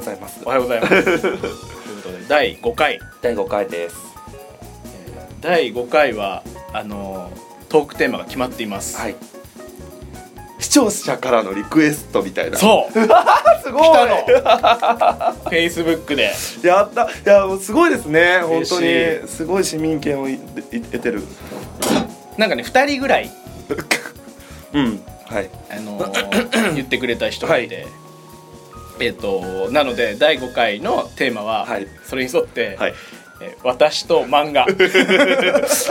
ざいますおはようございますということで 第5回第5回です第5回はあのトークテーマが決まっています、はい視聴者からのリクエストみたいなうそう 来すご いたの Facebook でやったいやもうすごいですね本当嬉にすごい市民権をいい得てるなんかね2人ぐらいうんはいあ の言ってくれた人がいて、えっ、となので第5回のテーマは、はいそれに沿って、はい えー私と漫 画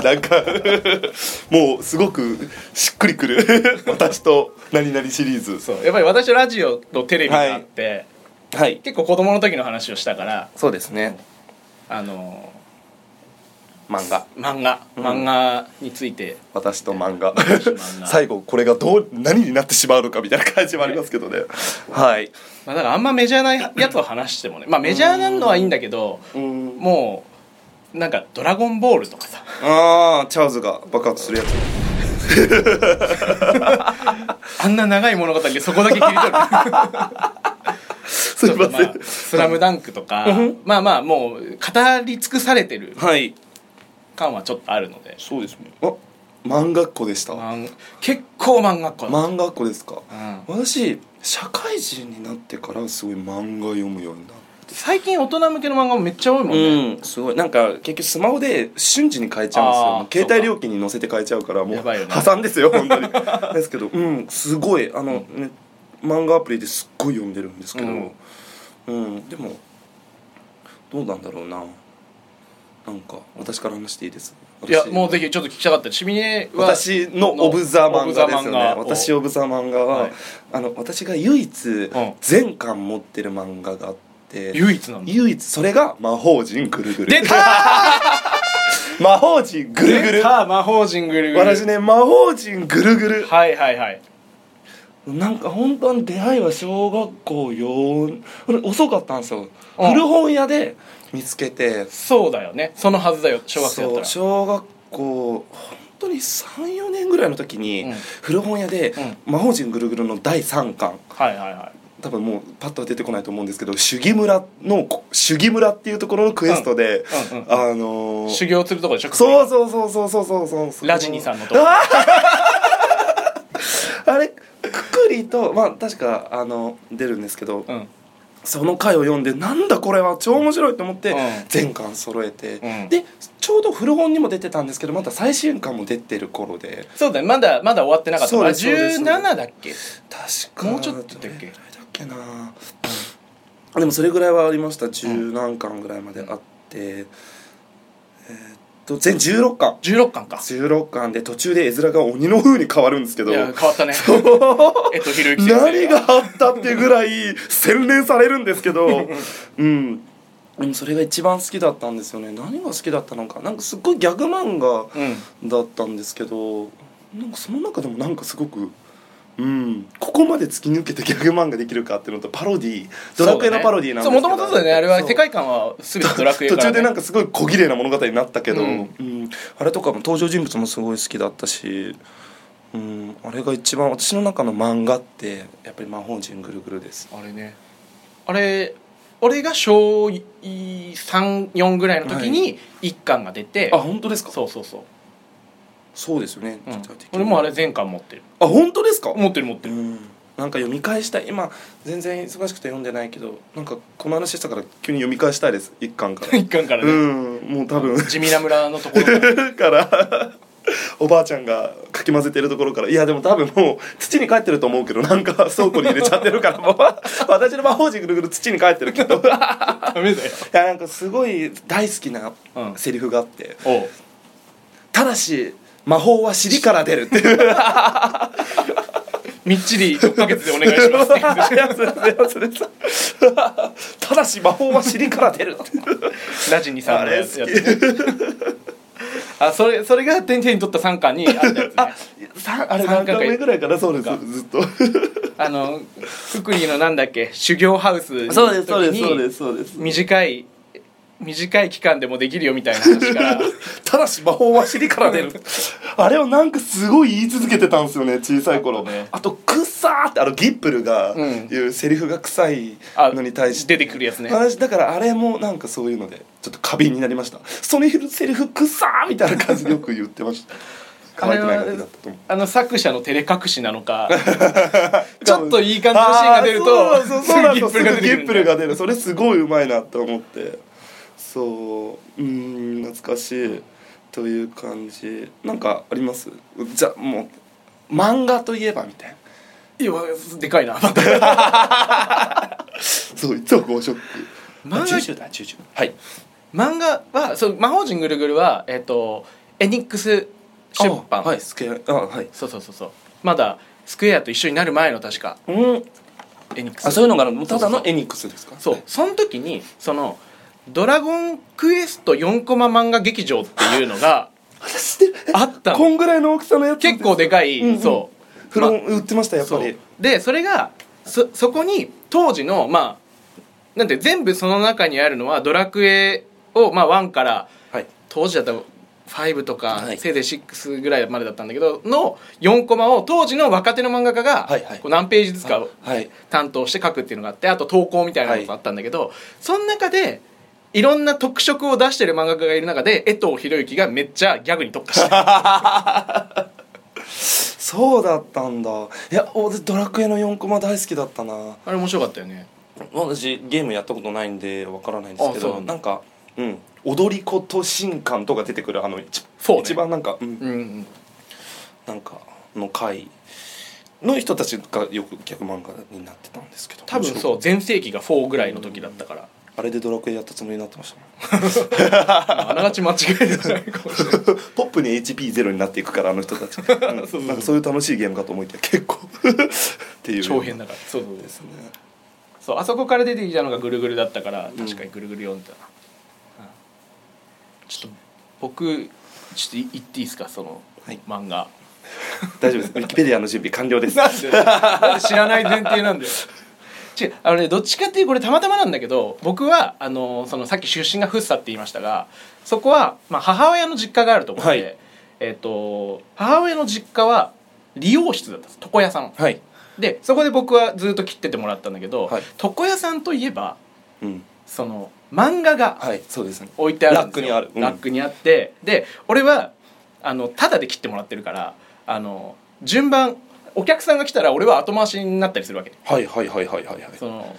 なんかもうすごくしっくりく る私と何々シリーズそうやっぱり私ラジオとテレビがあって、はい結構子供の時の話をしたからそうですねあの漫画漫画うん漫画について、私と漫画私と漫画 最後これがどう何になってしまうのかみたいな感じもありますけどねはいまあ、だからあんまメジャーなやつを話してもねまあメジャーなのはいいんだけどうんもうなんか「ドラゴンボール」とかさああチャーズが爆発するやつあんな長い物語でそこだけ切り取る すいませちょっんとあスラムダンクとかまあまあもう語り尽くされてるはい感はちょっとあるのでそうですねあ漫画っ子でしたまん結構漫画っ子だ漫画っ子ですかうん私社会人になってからすごい漫画読むようになっ最近大人向けの漫画もめっちゃ多いもんね、うんすごいなんか結局スマホで瞬時に変えちゃうんですよあーもう携帯料金に載せて変えちゃうからもやうばいよね破産ですよ本 当にですけどうんすごいあの、ね、漫画アプリですっごい読んでるんですけど、ううんんでもどうなんだろうななんか私から話していいですいや私もうぜひちょっと聞きたかったシミネは私のオブ・ザ・漫画ですよねオブザ漫画を私オブ・ザ・漫画は、はいあの私が唯一ん全巻持ってる漫画があって、唯一なんだ唯一それが魔法陣ぐるぐる出た魔法陣ぐるぐ出るた魔法陣ぐるぐる私ね魔法陣ぐるぐるはいはいはいなんか本当に出会いは小学校4これ遅かったんですようん古本屋で見つけてそうだよねそのはずだよ小学生だったそうら小学校本当に34年ぐらいの時に、うん古本屋で「魔法陣ぐるぐる」の第3巻はいはいはい多分もうパッとは出てこないと思うんですけど主義村のこ主義村っていうところのクエストで、うんうんうんあのー修行するとこでしょそうそうそうそうそうそうそうそうラジニさんのとこあー あれくくりとまあ確かあの出るんですけど、うんその回を読んでなんだこれは超面白いと思ってうん全巻揃えて、うんでちょうど古本にも出てたんですけどまた最新巻も出てる頃でそうだねまだまだ終わってなかったそうあですそうです17だっけ確かもうちょっとだっけどれぐらいだっけなでもそれぐらいはありました十何巻ぐらいまであって、えーっと全16巻16巻か16巻で途中で絵面が鬼の風に変わるんですけいどや変わったねえっとひろゆき先生何があったっていうぐらい洗練されるんですけど うんでもそれが一番好きだったんですよね何が好きだったのかなんかすっごいギャグ漫画うんだったんですけどなんかその中でもなんかすごくうんここまで突き抜けてギャグ漫画できるかっていうのとパロディドラクエのパロディなんですけどそうもともとだねあれは世界観は全てドラクエか途ら、ね、中でなんかすごい小綺麗な物語になったけど、ううんんあれとかも登場人物もすごい好きだったし、うん、あれが一番私の中の漫画ってやっぱり「魔法陣ぐるぐる」です。あれねあれ俺が小34ぐらいの時に1巻が出て、あ本当ですかそうそうそう、そうですよね、うん具体的に俺もあれ全巻持ってるあ本当ですか、持ってる持ってうる、ん、なんか読み返したい今全然忙しくて読んでないけどなんかこの話したから急に読み返したいです一巻から 一巻からうね、んもう多分地味な村のところから からおばあちゃんがかき混ぜてるところからいやでも多分もう土に帰ってると思うけどなんか倉庫に入れちゃってるから もう私の魔法陣ぐるぐる土に帰ってるけど い ダメだよやなんかすごい大好きなうんセリフがあって、おうただし魔法は尻から出るっていうみっちり6ヶ月でお願いし ますって感じやつですやつです ただし魔法は尻から出るっていうラジニさんあのれや好つきやつあそれそれが手に取った3巻にあったやつ、ね、ああれ何回目ぐらいかなそうですずっとの福利のなんだっけ修行ハウスの時にそうです短い短い期間でもできるよみたいな話からただし魔法は尻から出るあれをなんかすごい言い続けてたんですよね小さい頃ああと,、とねくさーってあのギップルがうん言うセリフが臭いあのに対して、出てくるやつね私だからあれもなんかそういうのでちょっと過敏になりましたそのセリフくさーみたいな感じでよく言ってました可愛くないなってなったと思うあの作者の照れ隠しなの かちょっといい感じのシーンが出るあーとそうそうそうなんですよすぐギ出てッくプるルんだがよ出るそれすごいうまいなと思ってそううーん懐かしいという感じなんかありますじゃあもう漫画といえばみたいないやでかいなそういつもこうショック漫画90代90はい漫画はそう魔法陣ぐるぐるはえっ、とエニックス出版あはいスケあはいそうそうそうそうまだスクエアと一緒になる前の確かうんエニックスあそういうのがあるのただのエニックスですかそうその時にその「ドラゴンクエスト4コマ漫画劇場」っていうの が私ってあったこのんぐらいの大きさのやつ結構でかい、うんうんそうフロン売ってましたやっぱそりうでそれがそそこに当時のまあなんて全部その中にあるのは「ドラクエ」をまあ1からはい当時だったら5とか、はいせいぜい6ぐらいまでだったんだけどの4コマを当時の若手の漫画家がはいはいこう何ページずつかはい担当して書くっていうのがあってあと投稿みたいなのがあったんだけど、その中でいろんな特色を出してる漫画家がいる中で江藤博之がめっちゃギャグに特化 してるそうだったんだいや俺ドラクエの4コマ大好きだったなあれ面白かったよね私ゲームやったことないんでわからないんですけあそうどなんだなんかうん踊り子と新刊とか出てくるあの一そうね一番なんか、うんうんうんなんかの回の人たちがよく逆漫画になってたんですけど多分うそう全盛期が4ぐらいの時だったから、あれでドラクエやったつもりになってましたもん あながち間違えじゃないかもしれないポップに HP ゼロになっていくからあの人たち、 うんそうそうなんかそういう楽しいゲームかと思いきや結構 っていう長編だからそうそうですねそうあそこから出てきたのがぐるぐるだったから確かにぐるぐる読んだな、うんちょっと僕ちょっと言っていいですかその、はい漫画大丈夫ですウィキペディアの準備完了ですなんでなんで知らない前提なんだよ違うあのねどっちかっていうこれたまたまなんだけど僕はあのそのさっき出身がフッサって言いましたがそこは、まあ、母親の実家があるところで、はいえっと母親の実家は理容室だったんです床屋さんはい、でそこで僕はずっと切っててもらったんだけど、はい床屋さんといえばうん、その漫画がはいそうですね置いてあるんですよラックにあるうんラックにあってで俺はあのタダで切ってもらってるからあの順番お客さんが来たら俺は後回しになったりするわけはいはいはいはいはいはいその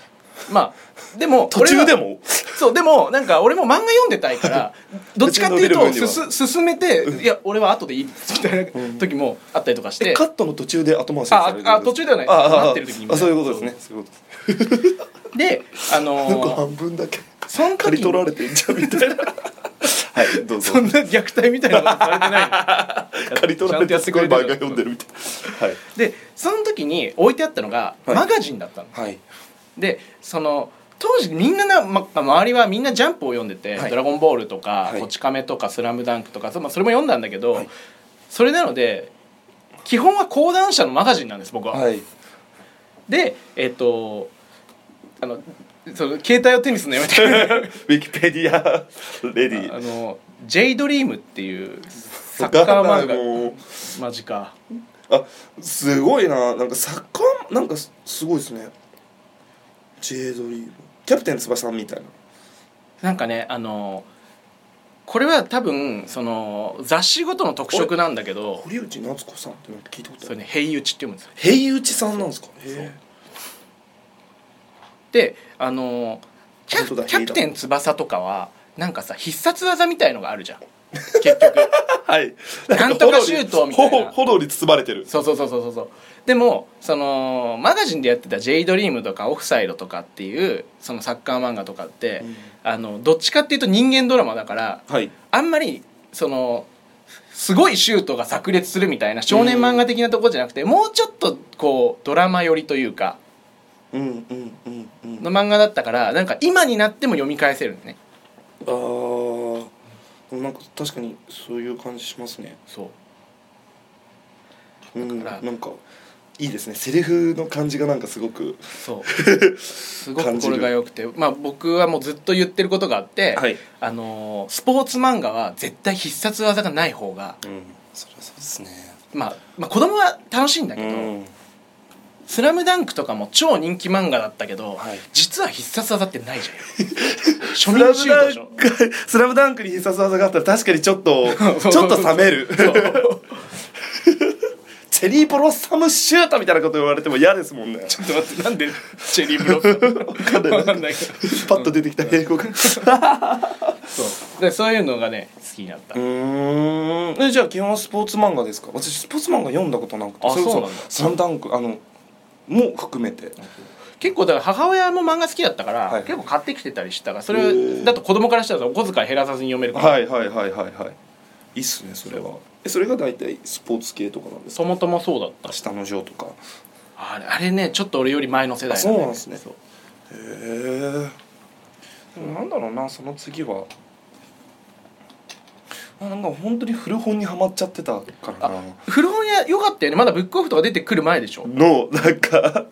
まあでも 途中でももそうでもなんか俺も漫画読んでたいから どっちかっていう別のと見る分にはすす進めて、いや俺は後でいいですみたいな時もあったりとかして、えカットの途中で後回しにされあるんですああ途中ではないああなってる時にみたあなそういうことですねそういうことですであのなんかー半分だけその時に刈り取られてんじゃんみたいなはいどうぞそんな虐待みたいなことされてないの 刈り取られてすごい漫画読んでるみたいなはいでその時に置いてあったのがはいマガジンだったの、はいでその当時みんなな、ま、周りはみんな「ジャンプ」を読んでて「はいドラゴンボール」とか「はいこち亀」とか「スラムダンクとかそ,、まあ、それも読んだんだけど、はいそれなので基本は講談社のマガジンなんです僕は。はいでえっ、とあのその携帯を手にするのやめて ウィキペディアレディあーの「J ドリーム」っていうサッカーわか漫んないもう画マジかあすごいななんかサッカーなんかすすごいですね J ドリームキャプテン翼さんみたいななんかねあのこれは多分その雑誌ごとの特色なんだけど堀内夏子さんってなんか聞いたことそあれるね「平打ち」って読むんですよ平内さんなんですかへであのキャ本当だキャプテン翼とかはなんかさ必殺技みたいのがあるじゃん結局 ーはいなんとかシュートみたいなほほ炎に包まれてるそうそうそうそうそうそうでもそのマガジンでやってた「J ドリーム」とか「オフサイド」とかっていうそのサッカー漫画とかって、うんあのどっちかっていうと人間ドラマだからはいあんまりそのすごいシュートが炸裂するみたいな少年漫画的なとこじゃなくて、もうちょっとこうドラマ寄りというかうんうんうんうんの漫画だったからなんか今になっても読み返せるんですねあーでもなんか確かにそういう感じしますねそううんだかならんかいいですねセリフの感じがなんかすごく そうすごく感じこるれが良くて、まあ、僕はもうずっと言ってることがあって、はいあのースポーツ漫画は絶対必殺技がない方が、うんそりゃそうですねまあ、まあ子供は楽しいんだけど「うんスラムダンクとかも超人気漫画だったけど、はい実は必殺技ってないじ スゃんラ初日ムシューダトでしンょク スラムダンクに必殺技があったら確かにちょっ とちょっと冷めるそう チェリーブロッサムシュートみたいなこと言われても嫌ですもんねちょっと待ってなんでチェリーブロックわかんないわかんないけどパッと出てきた英語がうそうでそういうのがね好きになった、ーんえじゃあ基本はスポーツ漫画ですか私スポーツ漫画読んだことなくてあれこそうなんだスラムダンクあのも含めて結構だから母親も漫画好きだったから、はい結構買ってきてたりしたからそへれーだと子供からしたらお小遣い減らさずに読めるから、はいはいはいはいはいいいっすねそれはえそれが大体スポーツ系とかなんですかそもそもそうだっ明たし日のジョーとかあれあれねちょっと俺より前の世代あそうなんですねそうへえでもなんだろうなその次はあなんか本当に古本にはまっちゃってたからな古本屋良かったよねまだブックオフとか出てくる前でしょ、のなんか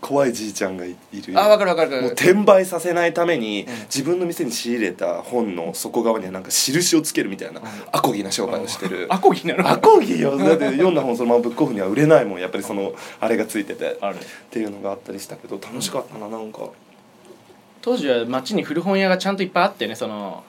怖いじいちゃんがいいるあ分かる分かる分もうかる転売させないためにうん自分の店に仕入れた本の底側にはなんか印をつけるみたいなアコギな商売をしてるアコギなのアコギよだって読んだ本そのままブックオフには売れないもんやっぱりそのあれがついててあるっていうのがあったりしたけど楽しかったななんか当時は街に古本屋がちゃんといっぱいあってねその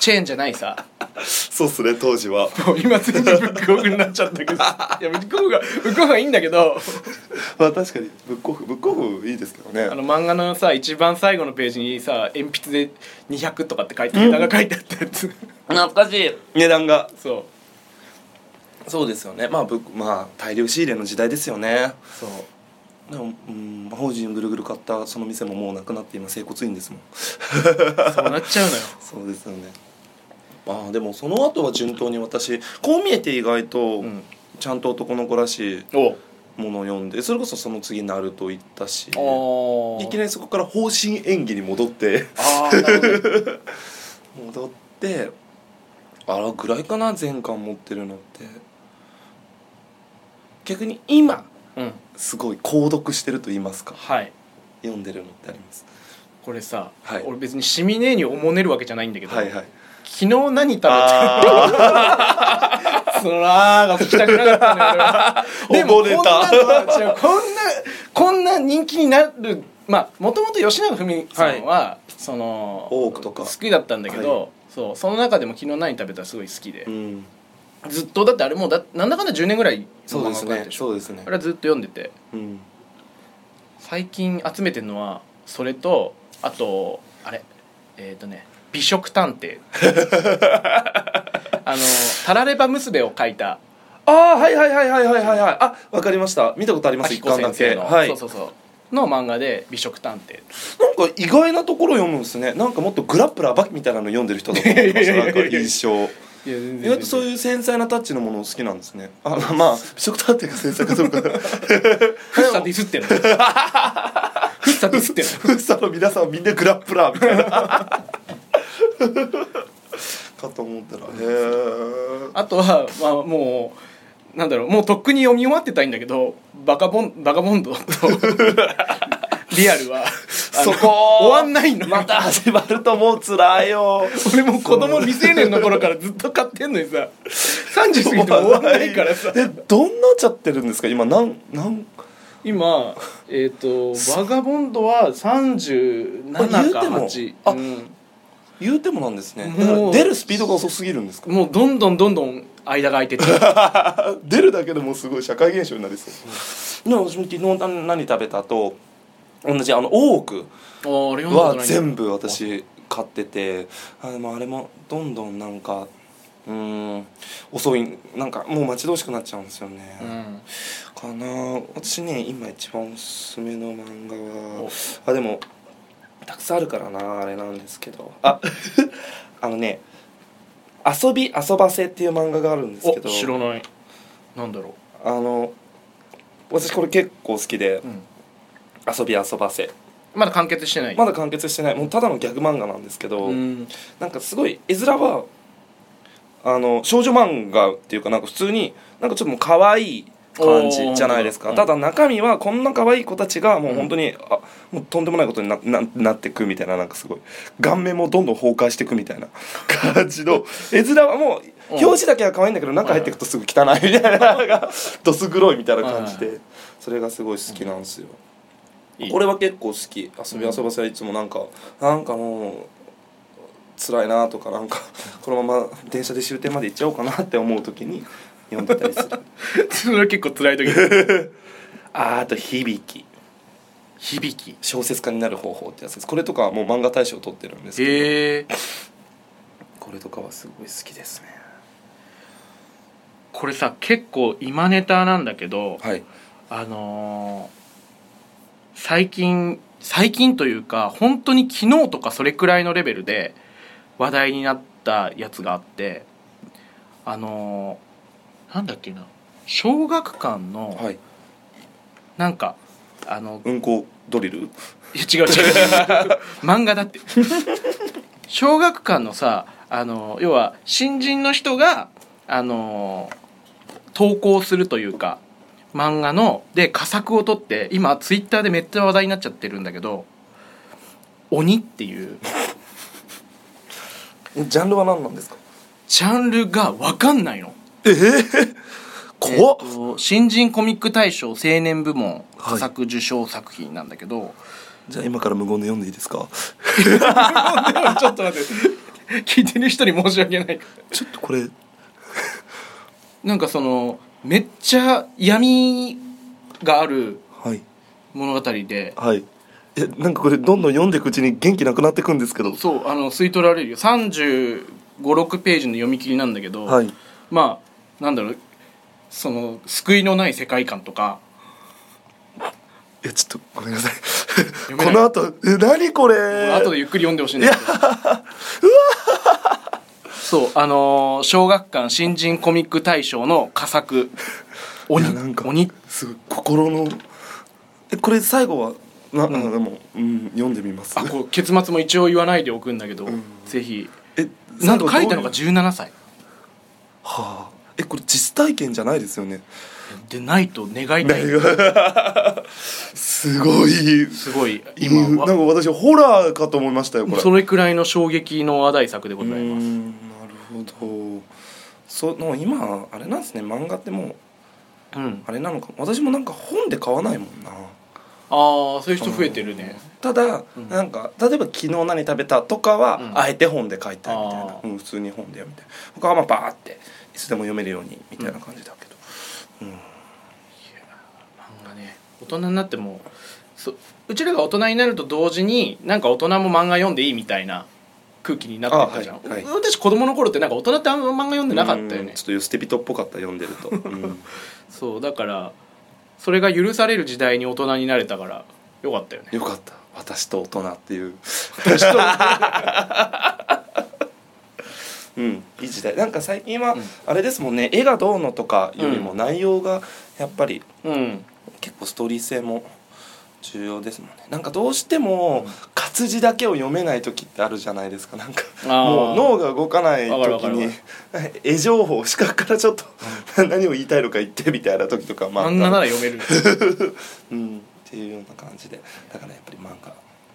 チェーンじゃないさそうっすね当時はもう今全部ブックオフになっちゃったけど いやブックオフがブックオフはいいんだけど まあ確かにブックオフブックオフいいですけどねあの漫画のさ一番最後のページにさ鉛筆で200とかって書いて値段が書いてあったやつ懐かしい値段がそうそうですよねまあブックまあ大量仕入れの時代ですよねそうでもうん法人ぐるぐる買ったその店ももうなくなって今整骨院ですもんそうなっちゃうのよそうですよねまあでもその後は順当に私こう見えて意外とんちゃんと男の子らしいおものを読んでそれこそその次ナルト行ったしおいきなりそこから方針演技に戻ってあーなるほど 戻ってあらぐらいかな全巻持ってるのって逆に今うんすごい購読してると言いますかはい読んでるのってありますこれさ、はい俺別にシミネーにおもねるわけじゃないんだけど、はいはい昨日何食べた あそらーが聞きたくなかっ たのよ溺れたでもこんなのは違うこんなこんな人気になるまあもともと吉永文さんは、その多くとか好きだったんだけど、はそうその中でも昨日何食べたらすごい好きで、うんずっとだってあれもうだなんだかんだ10年ぐらいのそうです漫画だっねたでしょそうですねあれはずっと読んでてうん最近集めてるのはそれとあとあれえっ、とね「美食探 偵」あの「タラレバ娘」を書いたああはいはいはいはいはいはいはいあわかりました見たことあります一彦巻だ先け生の、はいそうそうそうの漫画で「美食探偵なんか意外なところ読むんですねなんかもっとグラップラーばっみたいなの読んでる人だと思ってましたなんか印象」いや全意外とそうういう繊細なタッチのものを好きなんですねあまあ、まあ、美食探偵が繊細かどうか フッサディスってるのフッサディスってるふっさの皆さんみんなグラップラーみたいなかと思ったらへえあとは、まあ、もうなんだろうもうとっくに読み終わってたいんだけど「バカボンバカボン ド」と「リアルは」あのそこ終わんないのよまた始まるともう辛いよ 俺もう子供未成年の頃からずっと買ってんのにさ30過ぎても終わんないからさえどんなっちゃってるんですか今なんなん今えっ、と「バガボンド」は37かあ言う8てもあうん言うてもなんですねもうだから出るスピードが遅すぎるんですかもうどんどんどんどん間が空いて てあ 出るだけでもすごい社会現象になりそうでも私も昨日何何食べたと同じあの大奥おー俺読んだことはない全部私買っててあでもあれもどんどんなんかうーん遅いなんかもう待ち遠しくなっちゃうんですよね、うんかな私ね今一番おすすめの漫画はおあでもたくさんあるからなあれなんですけ どああのね「遊び遊ばせ」っていう漫画があるんですけおど知らないなんだろあの私これ結構好きでう、うん、 「遊び遊ばせまだ完結してない」まだ完結してないもうただのギャグ漫画なんですけど、うん なんかすごい絵面はあの少女漫画っていうかなんか普通になんかちょっともう可愛い感じじゃないですおかーただ中身はこんな可愛い子たちがもう本当に、あもうとんでもないことになななってくみたいななんかすごい顔面もどんどん崩壊してくみたいな 感じの絵面はもううん表紙だけは可愛いんだけど中入ってくとすぐ汚いみたいななんかどす黒いみたいな感じはいでそれがすごい好きなんですよ。いい俺は結構好き遊び遊ばせはいつもなんか、なんかもう辛いなとかなんか このまま電車で終点まで行っちゃおうかなって思う時に読んでたりするそれは結構辛い時 あーあと「響き」響き小説家になる方法ってやつですこれとかはもう漫画大賞を取ってるんですけど、へえこれとかはすごい好きですねこれさ結構今ネタなんだけどはいあのー最近最近というか本当に昨日とかそれくらいのレベルで話題になったやつがあってあのーなんだっけな小学館の、はいなんかあのうんこドリルいや違う違う 漫画だって小学館のさあの要は新人の人があの投稿するというか漫画ので佳作を取って今ツイッターでめっちゃ話題になっちゃってるんだけど「鬼」っていうジャンルは何なんですかジャンルが分かんないの。えー、怖っえっと新人コミック大賞青年部門はい佳作受賞作品なんだけど、じゃあ今から無言で読んでいいですか ちょっと待って 聞いてる人に申し訳ないちょっとこれなんかそのめっちゃ闇があるはい物語ではい。え、なんかこれどんどん読んでいくうちに元気なくなってくんですけど。そうあの吸い取られるよ3 5 6ページの読み切りなんだけど、はい。まあなんだろうその救いのない世界観とかえ、ちょっとごめんなさ い。めなこいの後、え、何これ。後でゆっくり読んでほしいんだけどそうあのー小学館新人コミック大賞の佳作「鬼いやなん」か鬼すごい心の。え、これ最後は。な、あでも、うん、読んでみますあ。こう結末も一応言わないでおくんだけど、ぜひえ、なんと書いたのが最後どうう17歳はあ。え、これ実体験じゃないですよね。でないと願いたい すごい。すごい今 今なんかは私ホラーかと思いましたよこれそれくらいの衝撃の話題作でございまうすーんなるほどその今あれなんですね漫画ってもううん、あれなのか私もなんか本で買わないもんなああそういう人増えてるねただ、うんなんか例えば「昨日何食べた?」とかは、うんあえて本で書いたりみたいなあ、ーうん、普通に本で読みたい他はまあバーっていつでも読めるようにみたいな感じだけど、漫画ね大人になってもそうちらが大人になると同時になんか大人も漫画読んでいいみたいな空気になってったじゃん、あはいはい私子供の頃ってなんか大人ってあんま漫画読んでなかったようねんちょっと捨て人っぽかった読んでると、うんそうだからそれが許される時代に大人になれたからよかったよねよかった私と大人っていう うんいい時代なんか最近はうんあれですもんね、絵がどうのとかよりも内容がやっぱりうん結構ストーリー性も重要ですもんねなんかどうしても活字だけを読めない時ってあるじゃないですかなんかあーもう脳が動かないわかるわ時かるわに 絵情報視覚からちょっと 何を言いたいのか言ってみたいな時とかまあ漫画なら読 めるうんっていうような感じでだからやっぱり漫画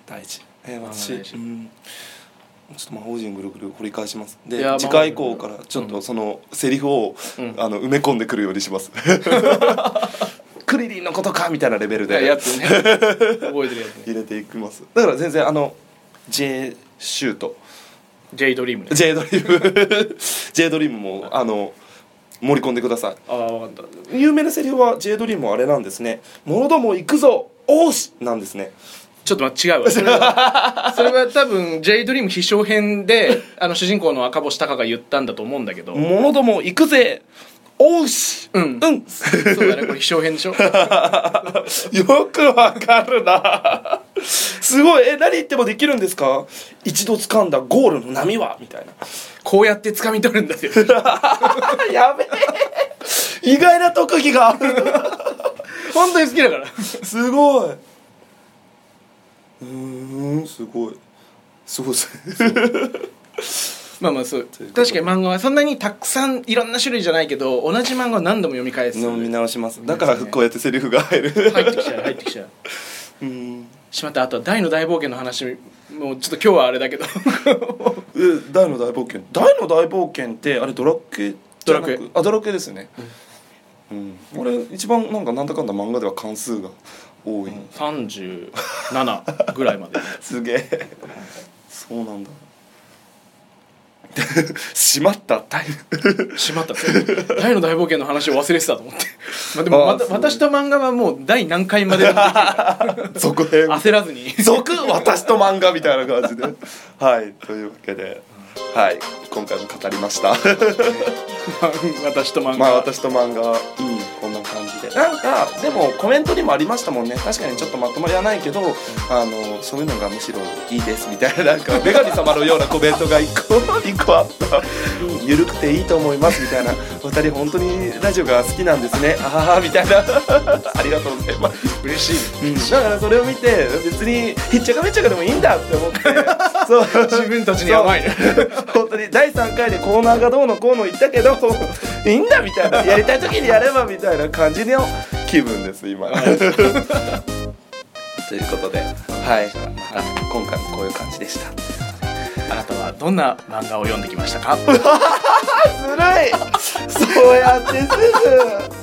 大事えー私漫画大事うんちょっと魔法陣ぐるぐる掘り返しますでいや次回以降からちょっうとんそのセリフを、うんあの埋め込んでくるようにしますクリリンのことかみたいなレベルでやつね覚えてるやつね入れていきますだから全然あの J シュート J ドリームね J ドリ ーム J ドリームもあの盛り込んでくださいああ分かった有名なセリフは J ドリームはあれなんですね「者ども行くぞおうし!」なんですねちょっと待って違うわ それはそれは多分 J ドリーム飛翔編 であの主人公の赤星隆が言ったんだと思うんだけど者ども行くぜおうしうんうん そうだねこれ飛翔編でし ょよくわかるなすごいえ何言ってもできるんですか一度掴んだゴールの波はみたいなこうやって掴み取るんだよ やべえ意外な特技がある 本当に好きだからすごいうーんすごいすごいですまあまあそうということで確かに漫画はそんなにたくさんいろんな種類じゃないけど同じ漫画を何度も読み返す 飲み直しますだからこうやってセリフが入る入ってきちゃう入ってきちゃう うんしまったあとは大の大冒険の話もうちょっと今日はあれだ けどえ大の大冒険大の大冒険ってあれドラクエじゃドラなくクエあドラクエですね、うん俺一番なんかなんだかんだ漫画では関数が多い、 37ぐらいまですげえそうなんだ しまったタイムしまった大の大冒険の話を忘れてたと 思ってまあでもあーまたそう私と漫画はもう第何回まででもできる から 続編焦らず に続私と漫画みたいな感じで はいというわけではい今回も語りました 私と漫画まあ私と漫画うんこんな感じでなんかでもコメントにもありましたもんね確かにちょっとまとまりはないけどあのそういうのがむしろいいですみたいななんか 女神様のようなコメントが一個 一個あった緩くていいと思いますみたいなお二人本当にラジオが好きなんですねああみたいな ありがとうございます嬉しいうんだからそれを見て別にひっちゃかめっちゃかでもいいんだっ て思って そう自分たちに甘いねそう本当に第3回でコーナーがどうのこうの言ったけどいいんだみたいなやりたい時にやればみたいな感じの気分です今ということではいあ今回もこういう感じでしたあなたはどんな漫画を読んできましたか ずるいそうやって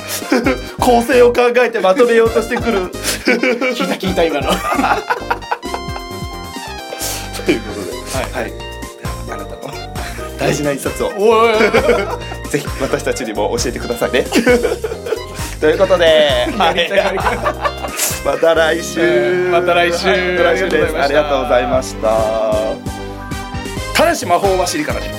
すぐ構成を考えてまとめようとしてくる聞いた聞いた今の はということでいはい、あなたの大事な一冊をおいおいお いぜひ私たちにも教えてくださ いね。ということで、はいまた来週、また来週はいまた来週です。あありりががととううごござざいいまました。ただし魔法は尻からね。